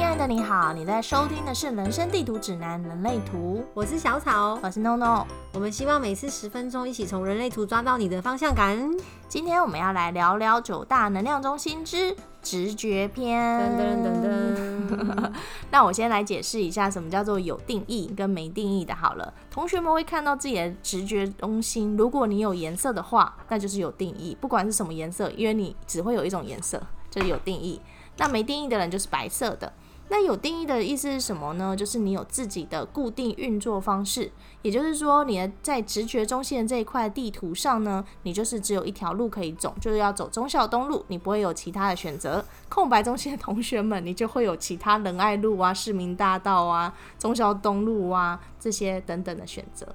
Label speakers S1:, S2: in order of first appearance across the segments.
S1: 爱的你好，你在收听的是《人生地图指南：人类图》，
S2: 我是小草，
S1: 我是 NONO。
S2: 我们希望每次十分钟，一起从人类图抓到你的方向感。
S1: 今天我们要来聊聊九大能量中心之直觉篇。
S2: 噔噔噔噔，
S1: 那我先来解释一下什么叫做有定义跟没定义的好了。同学们会看到自己的直觉中心，如果你有颜色的话，那就是有定义，不管是什么颜色，因为你只会有一种颜色，就是有定义。那没定义的人就是白色的。那有定义的意思是什么呢？就是你有自己的固定运作方式，也就是说，你的在直觉中心的这一块地图上呢，你就是只有一条路可以走，就是要走忠孝东路，你不会有其他的选择。空白中心的同学们，你就会有其他仁爱路啊、市民大道啊、忠孝东路啊这些等等的选择。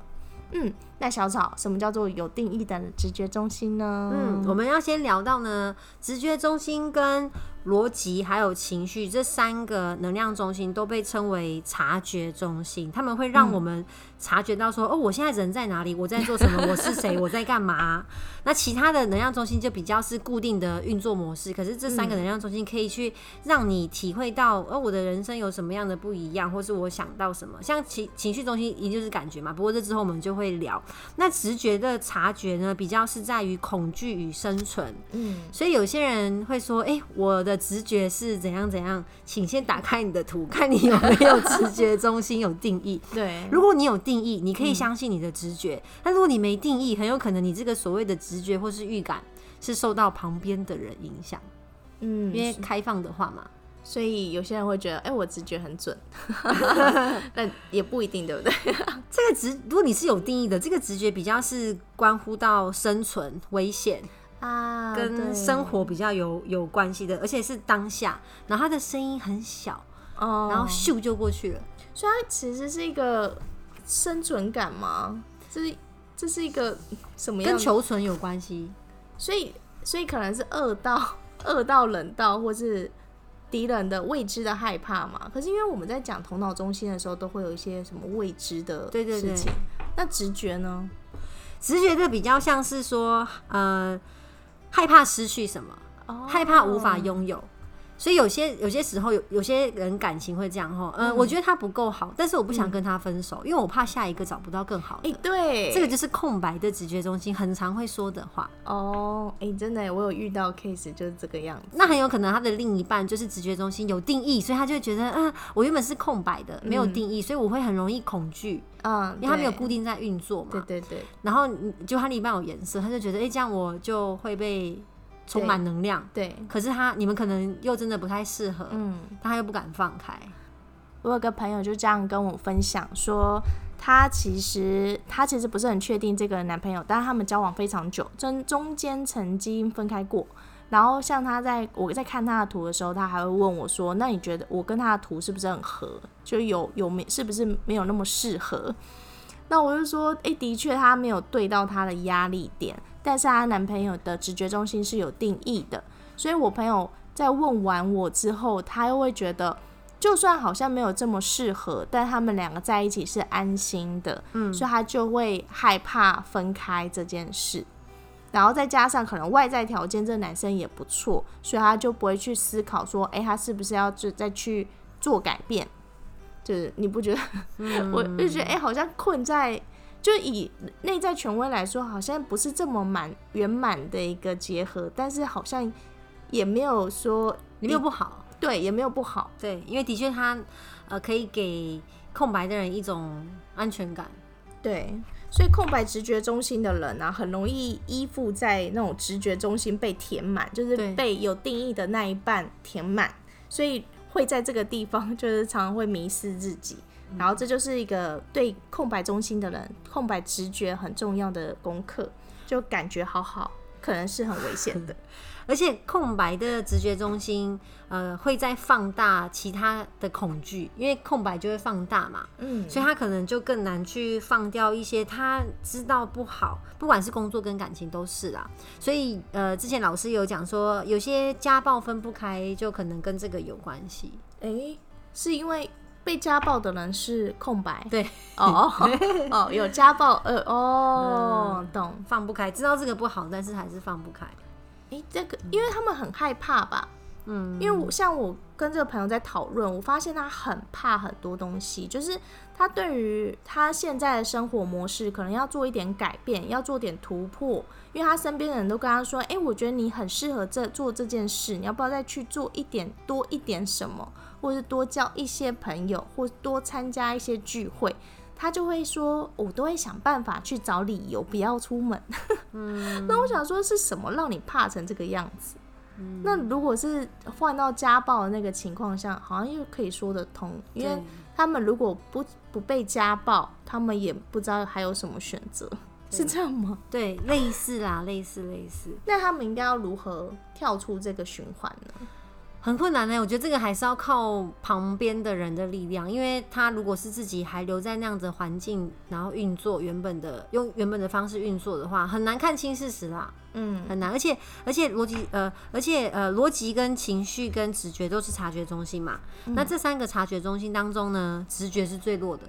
S1: 嗯，那小草，什么叫做有定义的直觉中心呢？
S2: 嗯，我们要先聊到呢，直觉中心跟逻辑还有情绪这三个能量中心都被称为察觉中心，他们会让我们察觉到说，哦，我现在人在哪里，我在做什么，我是谁，我在干嘛。那其他的能量中心就比较是固定的运作模式，可是这三个能量中心可以去让你体会到，哦，我的人生有什么样的不一样，或是我想到什么。像情情绪中心一定就是感觉嘛，不过这之后我们就会聊。那直觉的察觉呢，比较是在于恐惧与生存。
S1: 嗯，
S2: 所以有些人会说：“诶，我的直觉是怎样怎样，请先打开你的图，看你有没有直觉中心有定义。
S1: 对，
S2: 如果你有定义，你可
S1: 嗯
S2: 以相信你的直觉；但如果你没定义，很有可能你这个所谓的直觉或是预感是受到旁边的人影响。
S1: 嗯，
S2: 因为开放的话嘛，
S1: 所以有些人会觉得，哎、我直觉很 准，但也不一定，对不对？
S2: 这个直如果你是有定义的，这个直觉比较是关乎到生存、危险
S1: 啊
S2: 跟生活比较有有关系的，而且是当下。然后它的声音很小，
S1: 哦，
S2: 然后咻就过去了。
S1: 所以它其实是一个生存感嘛，这是这是一个什么样
S2: 跟
S1: 的？
S2: 求存有关系。
S1: 所以所以可能是恶 道、恶道、人道，或是敌人的未知的害怕嘛。可是因为我们在讲头脑中心的时候，都会有一些什么未知的
S2: 对对对
S1: 事情。那直觉呢？
S2: 直觉的比较像是说，呃，害怕失去什么，
S1: 哦
S2: 害怕无法拥有。所以有些有些时候有有些人感情会这样哈，
S1: 嗯
S2: 呃，我觉得他不够好，但是我不想跟他分手，因为我怕下一个找不到更好
S1: 哎、
S2: 的。
S1: 对，
S2: 这个就是空白的直觉中心很常会说的话，
S1: 哦，哎、真的耶，我有遇到 case 就是这个样子。
S2: 那很有可能他的另一半就是直觉中心有定义，所以他就会觉得，嗯、我原本是空白的，没有定义，所以我会很容易恐惧，
S1: 嗯，
S2: 因为他没有
S1: 对
S2: 固定在运作嘛。
S1: 对对对，
S2: 然后你就他另一半有颜色，他就觉得哎、诶这样我就会被充满能量。
S1: 对，
S2: 可是他你们可能又真的不太适合，
S1: 嗯，
S2: 但他又不敢放开。
S1: 我有个朋友就这样跟我分享说，她其实她其实不是很确定这个男朋友，但是他们交往非常久，中中间曾经分开过。然后像她在我在看她的图的时候，她还会问我说：“那你觉得我跟她的图是不是很合？就有有没是不是没有那么适合？” 那我就说：“诶，的确她没有对到她的压力点，但是她男朋友的直觉中心是有定义的，所以我朋友在问完我之后，他又会觉得就算好像没有这么适合，但他们两个在一起是安心的，嗯，所以他就会害怕分开这件事。然后再加上可能外在条件，这男生也不错，所以他就不会去思考说，哎、他是不是要就再去做改变？就是你不觉得？ 我就觉得，哎、好像困在就以内在权威来说，好像不是这么满圆满的一个结合，但是好像也没有说
S2: 你没有不好，
S1: 对，也没有不好。
S2: 对，因为的确他呃可以给空白的人一种安全感。
S1: 对，所以空白直觉中心的人啊，很容易依附在那种直觉中心被填满，就是
S2: 对
S1: 被有定义的那一半填满，所以会在这个地方就是常常会迷失自己。
S2: 嗯
S1: 然后这就是一个对空白中心的人，空白直觉很重要的功课，就感觉好好，可能是很危险 的。
S2: 而且空白的直觉中心，呃，会再放大其他的恐惧，因为空白就会放大嘛。
S1: 嗯，
S2: 所以他可能就更难去放掉一些他知道不好，不管是工作跟感情都是啦。所以呃，之前老师有讲说，有些家暴分不开，就可能跟这个有关系。
S1: 诶，是因为被家暴的人是空白，
S2: 对，
S1: 哦 哦，有家暴，呃哦，
S2: 嗯
S1: 懂。
S2: 放不开，知道这个不好，但是还是放不开。
S1: 诶，这个因为他们很害怕吧？嗯，因为我像我跟这个朋友在讨论，我发现他很怕很多东西，就是他对于他现在的生活模式可能要做一点改变，要做点突破，因为他身边的人都跟他说：“诶，我觉得你很适合这做这件事，你要不要再去做一点多一点什么，或是多交一些朋友，或多参加一些聚会。”他就会说，我都会想办法去找理由不要出门。 那我想说，是什么让你怕成这个样子？那如果是换到家暴的那个情况下，好像又可以说得通，因为
S2: 对
S1: 他们如果不不被家暴，他们也不知道还有什么选择，是这样吗？
S2: 对，类似啦，类似类似，
S1: 那他们应该要如何跳出这个循环呢？
S2: 很困难呢、我觉得这个还是要靠旁边的人的力量，因为他如果是自己还留在那样子的环境，然后运作原本的用原本的方式运作的话，很难看清事实啦，
S1: 嗯，
S2: 很难。而且而且逻辑呃，而且呃，逻辑跟情绪跟直觉都是察觉中心嘛。
S1: 嗯
S2: 那这三个察觉中心当中呢，直觉是最弱的。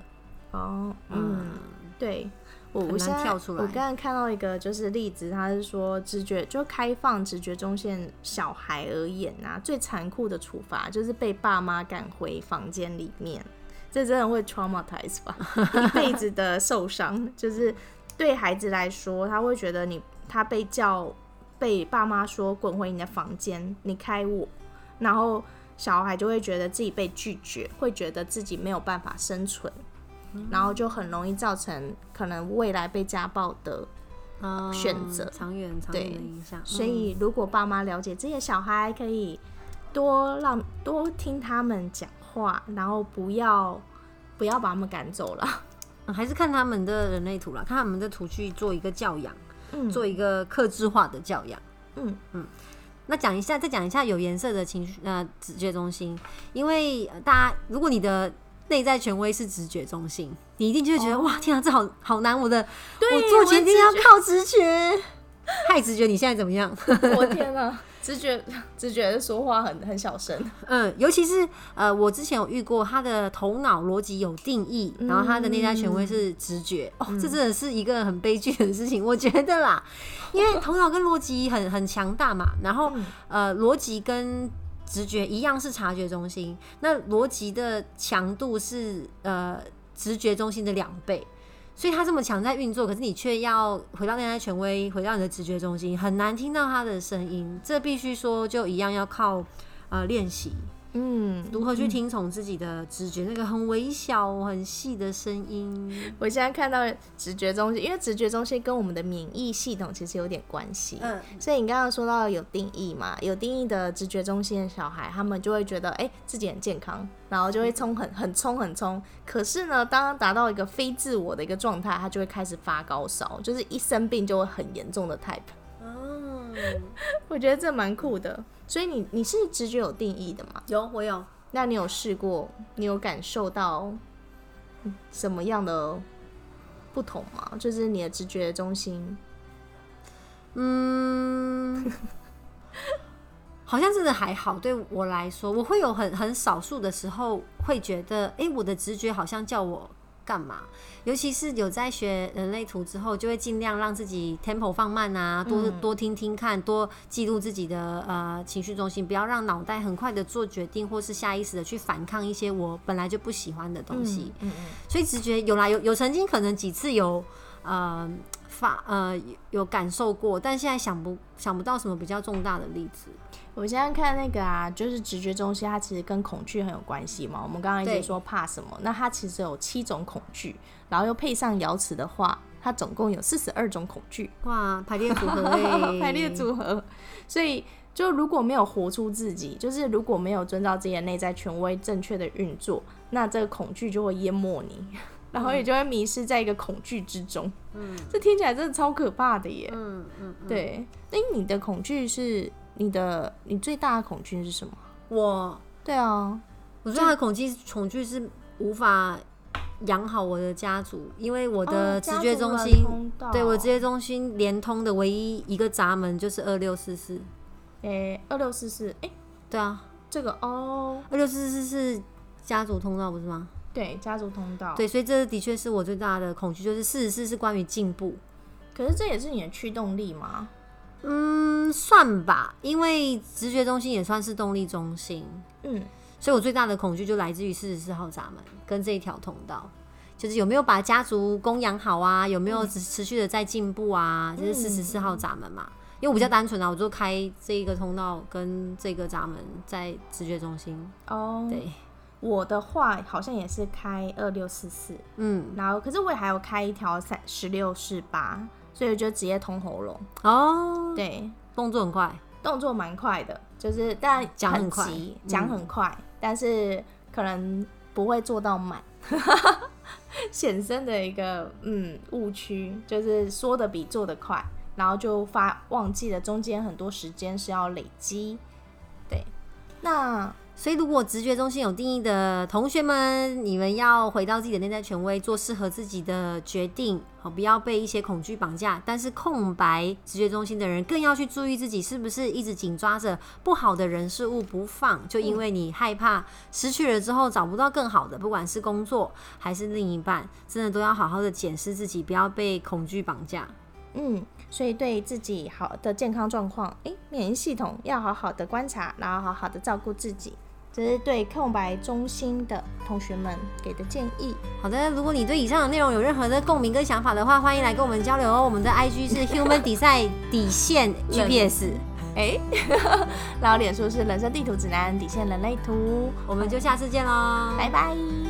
S1: 哦，嗯
S2: 嗯，
S1: 对我，
S2: 很
S1: 我
S2: 难
S1: 现在
S2: 跳出来
S1: 我刚刚看到一个就是例子，他是说直觉就开放直觉中线小孩而言啊，最残酷的处罚就是被爸妈赶回房间里面，这真的会 traumatize 吧，一辈子的受伤。就是对孩子来说，他会觉得你他被叫被爸妈说滚回你的房间，你开我，然后小孩就会觉得自己被拒绝，会觉得自己没有办法生存。然后就很容易造成可能未来被家暴的。
S2: 嗯
S1: 选择
S2: 长远长
S1: 对
S2: 远的影响，嗯
S1: 所以如果爸妈了解这些小孩，可以多让多听他们讲话，然后不要不要把他们赶走 了。
S2: 嗯还是看他们的人类图啦，看他们的图去做一个教养，
S1: 嗯
S2: 做一个克制化的教养。
S1: 嗯
S2: 那讲一下，再讲一下有颜色的情绪呃直觉中心，因为、呃大家如果你的内在权威是直觉中心，你一定就会觉得、哇天啊，这好好难，我的我做决定要靠直觉， 害直觉你现在怎么样？
S1: 我天哪，直觉 直觉说话很很小声。
S2: 嗯，尤其是呃，我之前有遇过，他的头脑逻辑有定义，然后他的内在权威是直觉，哦，这真的是一个很悲剧的事情，我觉得啦，因为头脑跟逻辑很很强大嘛，然后呃，逻辑跟直觉一样是察觉中心，那逻辑的强度是呃直觉中心的两倍。所以他这么强在运作，可是你却要回到内在权威，回到你的直觉中心，很难听到他的声音。这必须说，就一样要靠呃练习，
S1: 嗯，
S2: 如何去听从自己的直觉，那个很微小、很细的声音。
S1: 我现在看到直觉中心，因为直觉中心跟我们的免疫系统其实有点关系。
S2: 嗯，
S1: 所以你刚刚说到有定义嘛，有定义的直觉中心的小孩，他们就会觉得哎、诶自己很健康，然后就会冲很很冲很冲。可是呢，当他达到一个非自我的一个状态，他就会开始发高烧，就是一生病就会很严重的 type。
S2: 哦，
S1: 我觉得这蛮酷的。所以你你是直觉有定义的嘛？
S2: 有我有，
S1: 那你有试过，你有感受到嗯什么样的不同吗？就是你的直觉中心，
S2: 嗯，好像真的还好。对我来说，我会有很很少数的时候会觉得，诶，我的直觉好像叫我干嘛？尤其是有在学人类图之后，就会尽量让自己 tempo 放慢啊，多、
S1: 嗯
S2: 多听听看，多记录自己的呃情绪中心，不要让脑袋很快的做决定，或是下意识的去反抗一些我本来就不喜欢的东西。
S1: 嗯
S2: 所以直觉有啦，有有曾经可能几次有呃发呃有有感受过，但现在想不想不到什么比较重大的例子。
S1: 我现在看那个啊，就是直觉中心，它其实跟恐惧很有关系嘛。我们刚刚一
S2: 对
S1: 直说怕什么，那它其实有七种恐惧，然后又配上瑶池的话，它总共有四十二种恐惧，
S2: 哇，排列 组合、欸，
S1: 排列组合。所以，就如果没有活出自己，就是如果没有遵照自己的内在权威正确的运作，那这个恐惧就会淹没你， 然
S2: 嗯
S1: 后你就会迷失在一个恐惧之中。嗯，这听起来真的超可怕的耶。
S2: 嗯嗯，
S1: 对，那你的恐惧是你的，你最大的恐惧是什么？
S2: 我
S1: 对啊，
S2: 我最大的恐惧恐惧是无法养好我的家族，因为我
S1: 啊哦
S2: 的直觉中心，对我直觉中心连通的唯一一个闸门就是二六四四。
S1: 诶二六四四，诶，
S2: 对啊，
S1: 这个哦，
S2: 二六四四是家族通道不是吗？
S1: 对，家族通道，，
S2: 对，所以这的确是我最大的恐惧，就是四十四是关于进步。
S1: 可是这也是你的驱动力嘛？
S2: 嗯，算吧，因为直觉中心也算是动力中心，
S1: 嗯，
S2: 所以我最大的恐惧就来自于四十四号闸门跟这一条通道，就是有没有把家族供养好啊，有没有持持续的在进步啊，这、是四十四号闸门嘛。因为我比较单纯啊，我就开这一个通道跟这个闸门在直觉中心，
S1: 哦、
S2: 对，
S1: 我的话好像也是开二六四四，
S2: 嗯，
S1: 然后可是我也还有开一条三十六四八，所以我就直接通喉咙。
S2: 哦，
S1: 对，
S2: 动作很快，
S1: 动作蛮快的，就是但
S2: 讲很快
S1: 急
S2: 嗯
S1: 讲很快，但是可能不会做到满， 显生的一个嗯误区，就是说的比做的快，然后就发忘记了中间很多时间是要累积。对，那
S2: 所以，如果直觉中心有定义的同学们，你们要回到自己的内在权威，做适合自己的决定，好，不要被一些恐惧绑架。但是，空白直觉中心的人更要去注意自己是不是一直紧抓着不好的人事物不放，就因为你害怕失去了之后找不到更好的，不管是工作还是另一半，真的都要好好的检视自己，不要被恐惧绑架。
S1: 嗯，所以对自己好的健康状况，诶，免疫系统要好好的观察，然后好好的照顾自己，这是对空白中心的同学们给的建议。
S2: 好的，如果你对以上的内容有任何的共鸣跟想法的话，欢迎来跟我们交流哦。我们的 IG 是 Human Design 底线 E GPS，
S1: 哎、 然后脸书是人生地图指南底线人类图，
S2: 我们就下次见喽，
S1: 拜拜。